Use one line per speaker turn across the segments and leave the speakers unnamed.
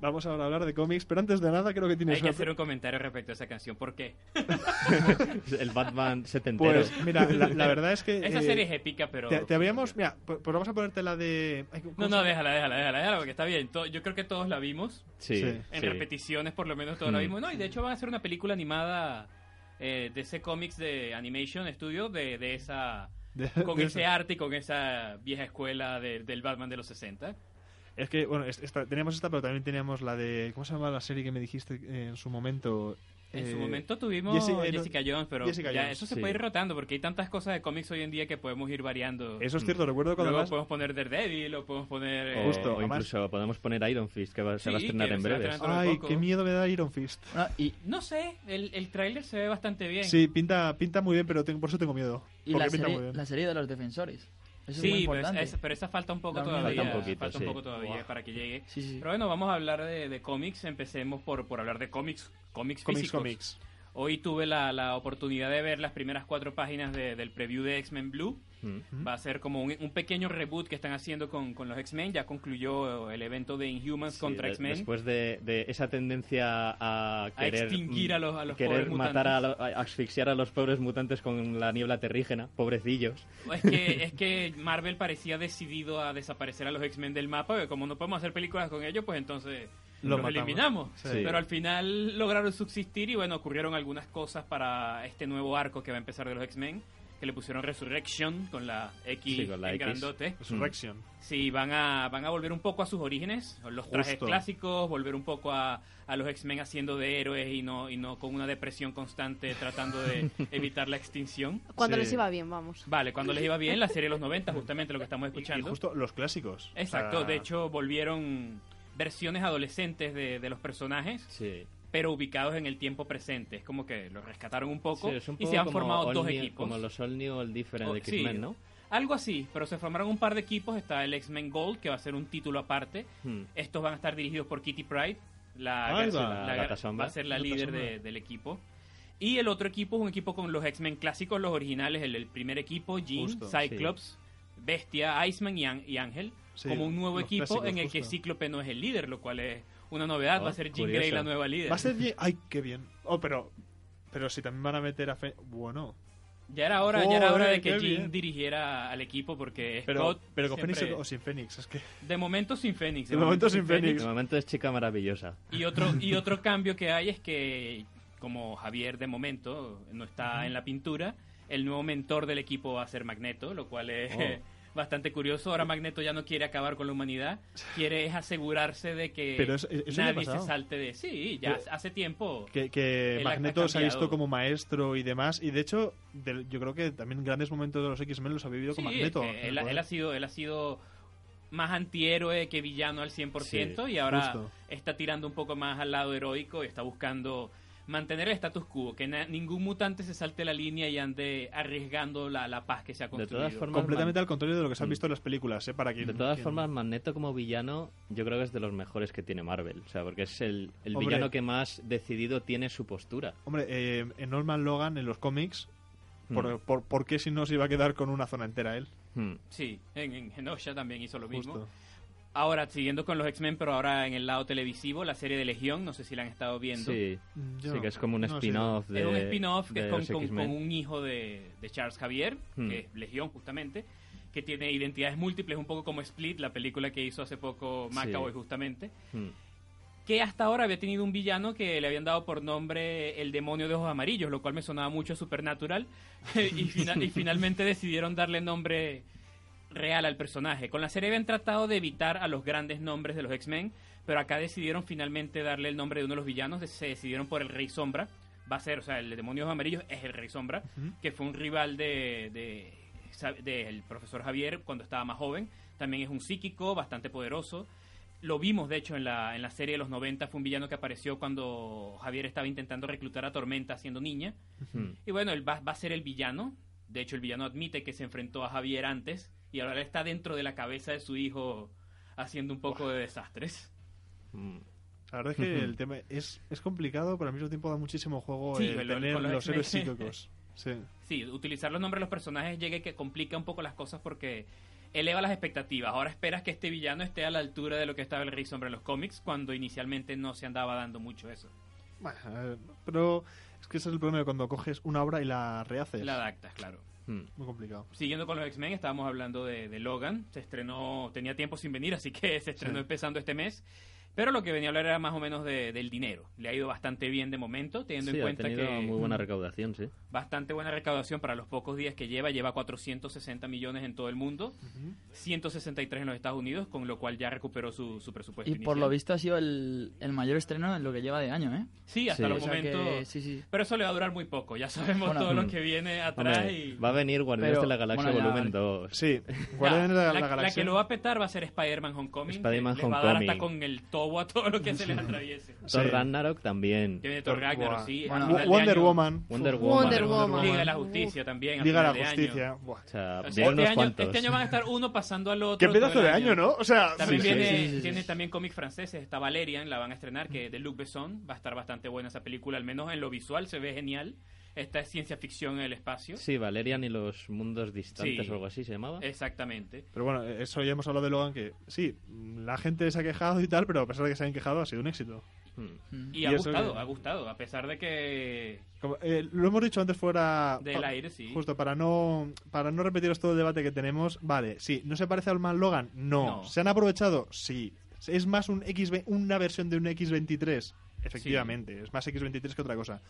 Vamos ahora a hablar de cómics, pero antes de nada creo que tienes
Hay que
una-
hacer un comentario respecto a esa canción. ¿Por qué?
El Batman setentero.
Pues mira, la, la verdad es que...
Esa
eh,
serie es épica, pero...
Te, te habíamos... Mira, pues pues vamos a ponerte la de... ay, ¿cómo
No,
se
no,
llama?
déjala, déjala, déjala, déjala, porque está bien. To- Yo creo que todos la vimos.
sí,
sí.
En
sí.
repeticiones, por lo menos, todos la
Mm.
vimos. No, y de hecho van a hacer una película animada eh, de ese cómics de Animation Studio de, de esa...
De-
Con
de
ese
esa.
arte y con esa vieja escuela de- del Batman de los 60.
Es que, bueno, es- esta- teníamos esta, pero también teníamos la de... ¿Cómo se llama la serie que me dijiste eh, en su momento?
En su
Eh,
momento tuvimos
Jesse- eh, no-
Jessica Jones, pero
Jessica
ya
Jones,
eso se
sí.
puede ir rotando porque hay tantas cosas de cómics hoy en día que podemos ir variando.
Eso es cierto, recuerdo cuando...
Mm.
Oh,
Luego
además-
podemos poner Daredevil o podemos poner... eh,
O,
Justo,
o
además-
incluso podemos poner Iron Fist, que va- se va a
Sí,
estrenar
que
en
se va a
breves.
estrenar. dentro de
Ay,
poco.
qué miedo me da Iron Fist.
No, y,
No sé, el, el tráiler se ve bastante bien.
Sí, pinta, pinta muy bien, pero tengo- por eso tengo miedo.
y
porque
la,
pinta muy
serie,
bien.
la serie de los defensores. Eso es muy
Sí, pero, esa-
importante.
esa- pero esa falta un poco
Falta un
todavía. Falta un
poquito,
poquito,
sí.
todavía
Buah.
para que llegue.
Sí, sí.
Pero bueno, vamos a hablar de, de cómics. Empecemos por, por hablar de cómics, cómics
Comics,
físicos.
comics.
Hoy tuve la, la oportunidad de ver las primeras cuatro páginas de- del preview de X-Men Blue.
Mm.
Va a ser como un, un pequeño reboot que están haciendo con, con los X-Men. Ya concluyó el evento de Inhumans
Sí,
contra
de-
X-Men.
Después de, de esa tendencia a querer mm,
extinguir a los- a los
querer
pobres
matar a, lo- a asfixiar a los pobres mutantes con la niebla terrígena, pobrecillos.
Pues Es que, es que Marvel parecía decidido a desaparecer a los X-Men del mapa, porque como no podemos hacer películas con ellos, pues entonces
Los
los,
matamos.
eliminamos.
Sí.
Pero al final lograron subsistir y bueno, ocurrieron algunas cosas para este nuevo arco que va a empezar de los X-Men, que le pusieron Resurrection con la X
Sí, con la
en
X.
grandote.
Resurrection.
Sí, van a, van a volver un poco a sus orígenes, los trajes
Justo.
clásicos, volver un poco a, a los X-Men haciendo de héroes y no, y no con una depresión constante tratando de evitar la extinción.
Cuando
Sí.
les iba bien, vamos.
Vale, cuando les iba bien, la serie de los 90, justamente lo que estamos
Y-
escuchando.
Y justo los clásicos.
Exacto,
O sea,
de hecho volvieron versiones adolescentes de, de los personajes,
Sí.
pero ubicados en el tiempo presente. Es como que los rescataron un poco,
Sí, es un
y
poco
se han
como
formado
All
dos
New-
equipos.
Como los All New All Different
Oh,
de
sí.
X-Men, ¿no?
Algo así, pero se formaron un par de equipos. Está el X-Men Gold, que va a ser un título aparte.
Hmm.
Estos van a estar dirigidos por Kitty Pride, la,
Ahí
la-
va.
la-
Gata Sombra.
va a ser la
Gata
líder
Sombra.
de- del equipo. Y el otro equipo es un equipo con los X-Men clásicos, los originales, el, el primer equipo, Jean,
Justo,
Cyclops, Bestia, Iceman y, An- y Ángel,
Sí,
como un nuevo
los
equipo
clásicos,
en el que
justo.
Cíclope no es el líder, lo cual es una novedad,
Oh,
va a ser Jean
curioso.
Grey la nueva líder.
Va a ser bien. Ay, qué bien. Oh, pero. Pero si también van a meter a Fe. Bueno.
Ya era hora, ya era hora
Joder,
de que
qué
Jean
bien.
dirigiera al equipo porque
Pero,
Scott
pero con
siempre-
Fénix o- o sin Fénix. Es que.
de momento sin Fénix.
De momento sin Fénix.
De momento es chica maravillosa.
Y otro, y otro cambio que hay es que, como Javier de momento no está en la pintura, el nuevo mentor del equipo va a ser Magneto, lo cual es
Oh.
eh, bastante curioso. Ahora Magneto ya no quiere acabar con la humanidad, quiere es asegurarse de que
Pero eso- eso ya ha
nadie se
pasado.
salte de... Sí, ya
Pero-
hace tiempo...
Que, que
Él ha- ha
Magneto se ha visto
cambiado.
como maestro y demás. Y de hecho, del- yo creo que también grandes momentos de los X-Men los ha vivido
Sí,
con Magneto.
es que él, él ha sido, él ha sido más antihéroe que villano al 100%
Sí,
y ahora
justo.
está tirando un poco más al lado heroico y está buscando mantener el status quo, que na- ningún mutante se salte la línea y ande arriesgando la, la paz que se ha
todas
construido.
formas-
Completamente al contrario de lo que se han visto en las películas, ¿eh? Para quien,
Mm. De todas
quien-
formas, Magneto como villano yo creo que es de los mejores que tiene Marvel. O sea, porque es el, el
Hombre.
villano que más decidido tiene su postura.
Hombre, eh, en Norman Logan, en los cómics,
Hmm.
por, por, ¿por qué si no se iba a quedar con una zona entera él?
Hmm.
Sí, en, en Genosha también hizo lo mismo.
Justo.
Ahora, siguiendo con los X-Men, pero ahora en el lado televisivo, la serie de Legión, no sé si la han estado viendo.
Sí,
Mm, Yo
sí que es como un
no sé.
spin-off de.
es un spin-off que
de
es con,
los
con-
X-Men.
con un hijo de, de Charles Javier,
Hmm.
que es Legión justamente, que tiene identidades múltiples, un poco como Split, la película que hizo hace poco
Sí.
Macaboy justamente,
Hmm.
que hasta ahora había tenido un villano que le habían dado por nombre el demonio de ojos amarillos, lo cual me sonaba mucho a Supernatural, y, fina- y finalmente decidieron darle nombre real al personaje. Con la serie habían tratado de evitar a los grandes nombres de los X-Men, pero acá decidieron finalmente darle el nombre de uno de los villanos, se decidieron por el Rey Sombra, va a ser, o sea, el demonio de ojos amarillos es el Rey Sombra, que fue un rival de, de Sa- del profesor Javier cuando estaba más joven. También es un psíquico bastante poderoso. Lo vimos, de hecho, en la, en la serie de los 90. Fue un villano que apareció cuando Javier estaba intentando reclutar a Tormenta siendo niña.
Hmm.
Y bueno, él va, va a ser el villano. De hecho, el villano admite que se enfrentó a Javier antes y ahora está dentro de la cabeza de su hijo haciendo un poco de desastres.
Hmm.
La verdad es que
Ujú.
el tema es, es complicado, pero al mismo tiempo da muchísimo juego
Sí,
el
con lo-
tener
con los
los héroes
X-Men.
psíquicos. Sí.
Sí, utilizar los nombres de los personajes llega y que complica un poco las cosas porque eleva las expectativas. Ahora esperas que este villano esté a la altura de lo que estaba el Rey Sombra en los cómics cuando inicialmente no se andaba dando mucho eso.
Bueno, eh, pero es que ese es el problema de cuando coges una obra y la rehaces.
La adaptas, claro.
Hmm.
Muy complicado.
Siguiendo con los X-Men, estábamos hablando de, de Logan. Se estrenó, tenía tiempo sin venir, así que se estrenó
Sí.
empezando este mes. Pero lo que venía a hablar era más o menos de- del dinero. Le ha ido bastante bien de momento, teniendo
Sí,
en
ha
cuenta
tenido
que
muy buena recaudación, sí.
bastante buena recaudación para los pocos días que lleva. Lleva 460 millones en todo el mundo, 163 en los Estados Unidos, con lo cual ya recuperó su, su presupuesto.
Y por
pues,
lo
inicial.
visto ha sido el, el mayor estreno en lo que lleva de año, ¿eh?
Sí, hasta
Sí.
los
O sea que-
momentos.
sí, sí.
Pero eso le va a durar muy poco. Ya sabemos
Bueno,
todo lo
mm.
que viene atrás.
Hombre,
y...
va a venir Guardianes
Pero,
de la Galaxia
bueno, ya,
Volumen
vale.
2.
Sí,
Nah,
Guardianes de la, la
la
Galaxia.
que lo va a petar va a ser Spider-Man Homecoming.
Spider-Man
que les va a dar hasta
Homecoming.
con el tobo a todo lo que se les atraviese.
Thor
Sí.
Ragnarok también.
Que viene Thor
Thor-
Ragnarok,
Buah.
sí. a
Bueno,
Wo-
final de
Wonder
año.
Woman.
Wonder Woman.
Wonder Woman.
Liga de la Justicia también. a
Liga de la
final de año.
Justicia. Buah.
O sea,
O sea,
vienen unos
este, año,
cuantos.
este año van a estar uno pasando al otro.
Qué
todo
pedazo
el
de
año.
año, ¿no? O sea,
También
Sí, sí,
viene,
sí, sí, sí.
tiene también cómics franceses. Está Valerian, la van a estrenar, que es de Luc Besson. Va a estar bastante buena esa película, al menos en lo visual se ve genial. Esta es ciencia ficción en el espacio.
Sí, Valerian y los mundos distantes
Sí. Eh,
o algo así se llamaba.
Exactamente.
Pero bueno, eso ya hemos hablado de Logan que sí, la gente se ha quejado y tal, pero a pesar de que se han quejado ha sido un éxito.
Hmm.
Mm.
Y,
Y
ha
eso
gustado,
que-
ha gustado. A pesar de que.
Como, eh, lo hemos dicho antes fuera
Del
pa-
aire, sí.
Ah, Justo para no para no repetiros todo el debate que tenemos, vale, sí, ¿no se parece al Man Logan? No.
No.
¿Se han aprovechado? Sí. Es más un X una versión de un X23. Efectivamente, es más X23 que otra cosa.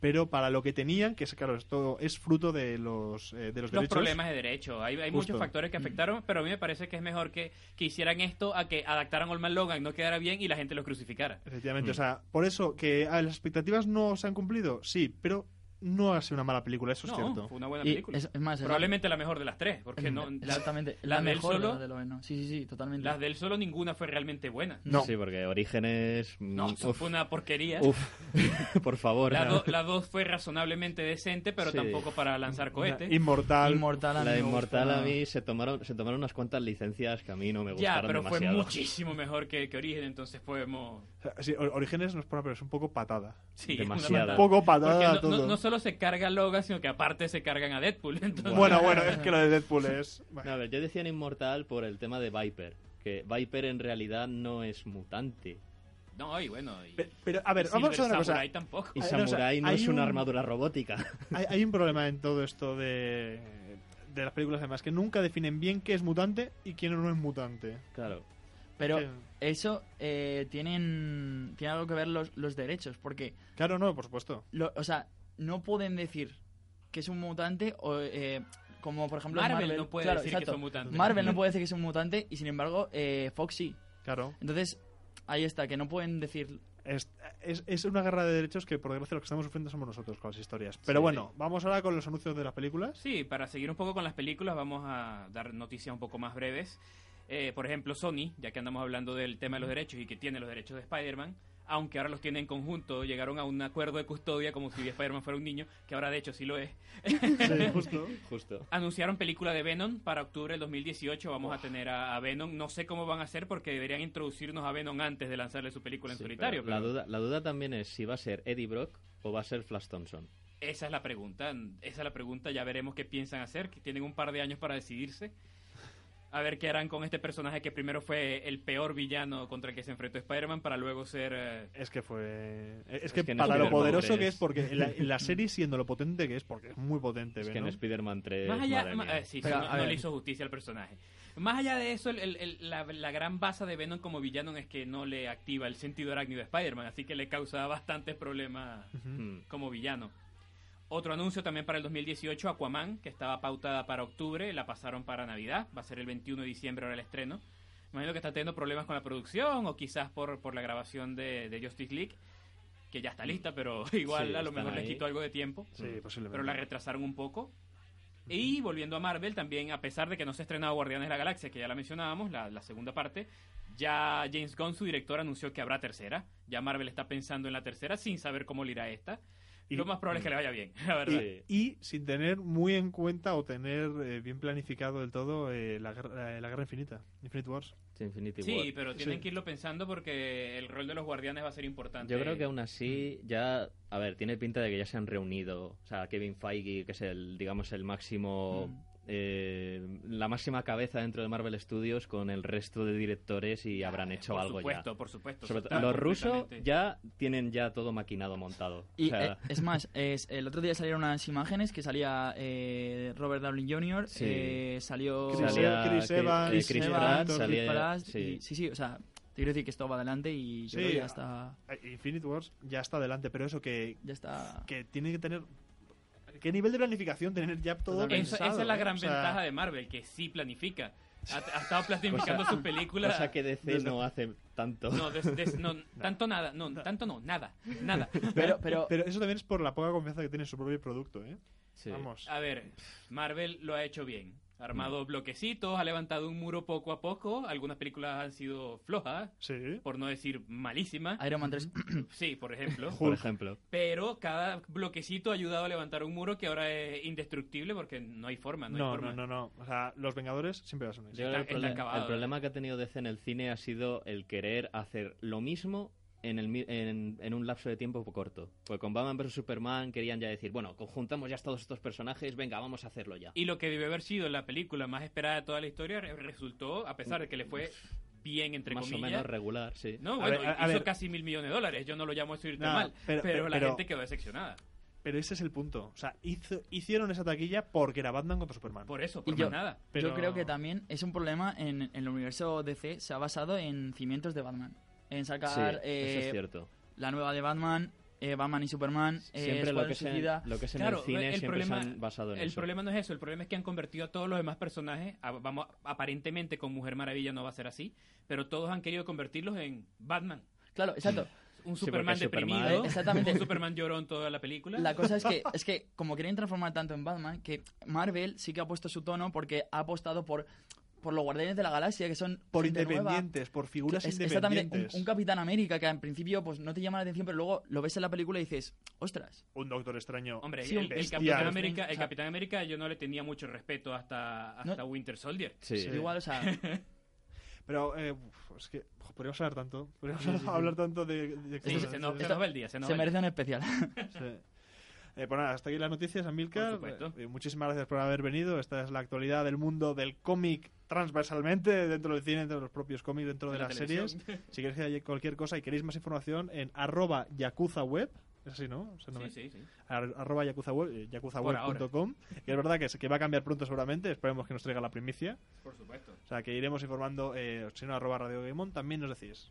Pero para lo que tenían, que es claro, esto es fruto de los eh, de los,
los
derechos.
problemas de derecho. Hay, hay
Justo.
muchos factores que afectaron, pero a mí me parece que es mejor que, que hicieran esto a que adaptaran Olman Logan, no quedara bien y la gente lo crucificara.
Efectivamente,
Mm.
o sea, por eso que a las expectativas no se han cumplido, sí, pero no ha sido una mala película, eso
no,
es cierto.
fue una buena
Y
película.
es, es más, el-
Probablemente la mejor de las tres, porque
el-
no, la-
exactamente.
la
La,
del
mejor
solo-
la de lo no. Sí, sí, sí, totalmente.
las del solo ninguna fue realmente buena.
No.
Sí, porque Orígenes. mm,
No, eso
uf,
fue una porquería.
uf, por favor.
La,
no.
do- la dos fue razonablemente decente, pero
Sí.
tampoco para lanzar cohetes.
Inmortal.
Inmortal a mí
La de
me
Inmortal
gusta.
a mí se tomaron, se tomaron unas cuantas licencias que a mí no me
Ya,
gustaron
pero
demasiado.
fue muchísimo mejor que, que Origen, entonces podemos...
O sea, sí, Or- Orígenes nos pone, pero es un poco patada.
Sí,
Demasiado.
una
Un
patada.
poco
Porque
patada
no,
todo.
no- no solo se carga a Logan, sino que aparte se cargan a Deadpool. Entonces...
Bueno, bueno, es que lo de Deadpool es.
No, a ver, yo decía en Inmortal por el tema de Viper. Que Viper en realidad no es mutante.
No, y bueno... y-
Pe- Pero, a ver,
y
vamos a
Silver
una cosa.
Samurai tampoco.
Y
A ver, no, o sea,
Samurai no,
hay
es una
un-
armadura robótica.
Hay, hay un problema en todo esto de, de las películas, además, que nunca definen bien qué es mutante y quién no es mutante.
claro.
Pero
Sí.
eso eh, tienen, tiene algo que ver los, los derechos, porque,
Claro, no, por supuesto.
lo- o sea, no pueden decir que es un mutante o... eh, como por ejemplo
Marvel,
Marvel,
no puede
claro,
decir
exacto.
que son mutantes.
Marvel no puede decir que es un mutante y sin embargo eh, Fox sí.
Claro.
Entonces, ahí está, que no pueden decir...
Es, es, es una guerra de derechos que, por desgracia, lo que estamos sufriendo somos nosotros con las historias. Pero bueno, vamos ahora con los anuncios de las películas.
Sí, para seguir un poco con las películas, vamos a dar noticias un poco más breves. Eh, por ejemplo, Sony, ya que andamos hablando del tema de los derechos y que tiene los derechos de Spider-Man, aunque ahora los tiene en conjunto, llegaron a un acuerdo de custodia como si Spider-Man fuera un niño, que ahora de hecho sí lo es.
Sí, justo.
Justo.
Anunciaron película de Venom para octubre del 2018. Vamos a tener a, a Venom. No sé cómo van a hacer porque deberían introducirnos a Venom antes de lanzarle su película en
Sí,
solitario.
pero La,
pero
duda, la duda también es si va a ser Eddie Brock o va a ser Flash Thompson.
Esa es la pregunta. Esa es la pregunta. Ya veremos qué piensan hacer. Que tienen un par de años para decidirse. A ver qué harán con este personaje que primero fue el peor villano contra el que se enfrentó Spider-Man para luego ser... eh,
Es que fue. Es que,
que en
para lo
Spider-Man
poderoso
pobres.
que es, porque en la, en la serie siendo lo potente que es, porque es muy potente.
Es que en
Venom.
Spider-Man 3.
Más allá,
madre
ma-
mía.
eh, sí,
Pero,
sí, no,
a
no
ver.
le hizo justicia al personaje. Más allá de eso, el- el- el- la, la gran base de Venom como villano es que no le activa el sentido arácnido de Spider-Man, así que le causa bastantes problemas
Hmm.
como villano. Otro anuncio también para el 2018, Aquaman, que estaba pautada para octubre, la pasaron para Navidad, va a ser el 21 de diciembre ahora el estreno. Imagino que está teniendo problemas con la producción o quizás por, por la grabación de, de Justice League, que ya está lista, pero igual
Sí,
a lo
están
mejor le
ahí.
Mm.
quitó algo de tiempo.
Sí, posiblemente.
Pero la retrasaron un poco. Y volviendo a Marvel, también, a pesar de que no se ha estrenado Guardianes de la Galaxia, que ya la mencionábamos, la, la segunda parte, ya James Gunn, su director, anunció que habrá tercera. Ya Marvel está pensando en la tercera sin saber cómo le irá a esta.
Y-
Lo más probable es que le vaya bien, la
Y,
verdad.
Sí.
y sin tener muy en cuenta o tener eh, bien planificado del todo eh, la, guerra, eh, la guerra infinita, Infinite Wars.
Sí, Infinity War.
Sí, pero tienen
Sí.
que irlo pensando porque el rol de los guardianes va a ser importante.
Yo creo que aún
Mm.
así ya, a ver, tiene pinta de que ya se han reunido, o sea, Kevin Feige, que es el, digamos, el máximo,
Mm.
eh, la máxima cabeza dentro de Marvel Studios con el resto de directores y habrán hecho
Ah, eh, por
algo
supuesto, Por supuesto,
ya. Sobre todo
Está
los rusos
completamente-
ya tienen ya todo maquinado montado.
Y,
o sea,
eh, es más, es- el otro día salieron unas imágenes que salía eh, Robert Downey Jr.,
Sí.
eh, salió
Chris Evans,
salía
Chris Evans,
Chris,
Chris
Pratt,
Evans,
salía-
Chris Pratt,
sí.
y- sí, sí, o sea, te quiero decir que esto va adelante y yo
Sí,
creo que
a-
ya está,
Eh, Infinite Wars ya está adelante, pero eso que,
ya está...
que tiene que tener... ¿Qué nivel de planificación tener ya todo
Totalmente.
Eso-
pensado?
esa es la
eh?
gran
O sea,
ventaja de Marvel, que sí planifica. Ha, ha estado planificando sus películas.
Cosa que DC
Desde-
no hace tanto.
No, des- des- no, tanto nada, no, tanto no, nada, nada.
Pero, pero,
Pero eso también es por la poca confianza que tiene en su propio producto, ¿eh?
Sí.
Vamos.
A ver, Marvel lo ha hecho bien. Ha armado bloquecitos, ha levantado un muro poco a poco. Algunas películas han sido flojas,
Sí.
por no decir malísimas.
Iron Man 3,
Sí, por ejemplo.
Por ejemplo.
Pero cada bloquecito ha ayudado a levantar un muro que ahora es indestructible porque no hay forma. No, hay
No, no,
forma.
no, no. O sea, los Vengadores siempre van a ser un éxito.
Yo creo que el,
está
problema-
acabado,
el
¿eh?
problema que ha tenido DC en el cine ha sido el querer hacer lo mismo en, el, mi- en, en un lapso de tiempo corto. Pues con Batman vs Superman querían ya decir, bueno, conjuntamos ya todos estos personajes, venga, vamos a hacerlo ya.
Y lo que debió haber sido la película más esperada de toda la historia re- resultó, a pesar de que le fue bien, entre
Más
comillas.
o menos regular, sí.
No,
A
bueno,
ver, a- a
hizo
ver.
casi mil millones de dólares. Yo no lo llamo eso irte
No,
mal.
pero-
Pero,
pero-
la
pero-
gente quedó decepcionada.
Pero ese es el punto. O sea, hizo- hicieron esa taquilla porque era Batman contra Superman.
Por eso, por
Y
más
yo-
nada.
yo
Pero-
creo que también es un problema en, en el universo DC, se ha basado en cimientos de Batman, en
Sí,
sacar eh,
eso es cierto.
la nueva de Batman, eh, Batman y Superman, eh,
Siempre lo
Escuadrón
que, es en,
Suicida.
lo que es en
Claro,
el cine
el
siempre
problema-
se han basado en
el
eso.
problema no es eso, el problema es que han convertido a todos los demás personajes, a- vamos, aparentemente con Mujer Maravilla no va a ser así, pero todos han querido convertirlos en Batman.
Claro, exacto.
Un
Sí,
Superman
porque Superman-
deprimido,
Eh, exactamente.
un Superman llorón toda la película.
La cosa es que, es que como quieren transformar tanto en Batman, que Marvel sí que ha puesto su tono porque ha apostado por, por los Guardianes de la Galaxia, que son
por
gente nueva.
independientes, por figuras
Es- exactamente, un,
independientes.
un Capitán América que en principio pues no te llama la atención, pero luego lo ves en la película y dices, ostras,
Un Doctor Extraño.
Hombre,
Sí,
el,
un
el
bestia.
Capitán América, el
O sea-
Capitán América yo no le tenía mucho respeto hasta, hasta
No.
Winter Soldier.
Sí.
Sí.
igual, o sea,
Pero, eh, uf, es que jo, podríamos hablar tanto. Podríamos hablar tanto de... de
Sí,
cosas.
se, nos, se
Sí.
nos va el día, se nos
se
va el
merece un especial.
Sí. Eh, pues nada, hasta aquí las noticias, Amilcar.
Por supuesto.
Eh, muchísimas gracias por haber venido. Esta es la actualidad del mundo del cómic transversalmente, dentro del cine, dentro de los propios cómics, dentro de,
De la
las
televisión.
series. Si queréis que haya cualquier cosa y queréis más información, en arroba yakuzaweb. Es así, ¿no? O sea, no
día.
me-
Sí, sí, sí.
ar- arroba yakuzaweb, eh, yakuzaweb.com,
Por
que es verdad que, se- que va a cambiar pronto seguramente, esperemos que nos traiga la primicia.
Por supuesto.
O sea, que iremos informando, eh, si no, arroba Radio Game On, también nos decís.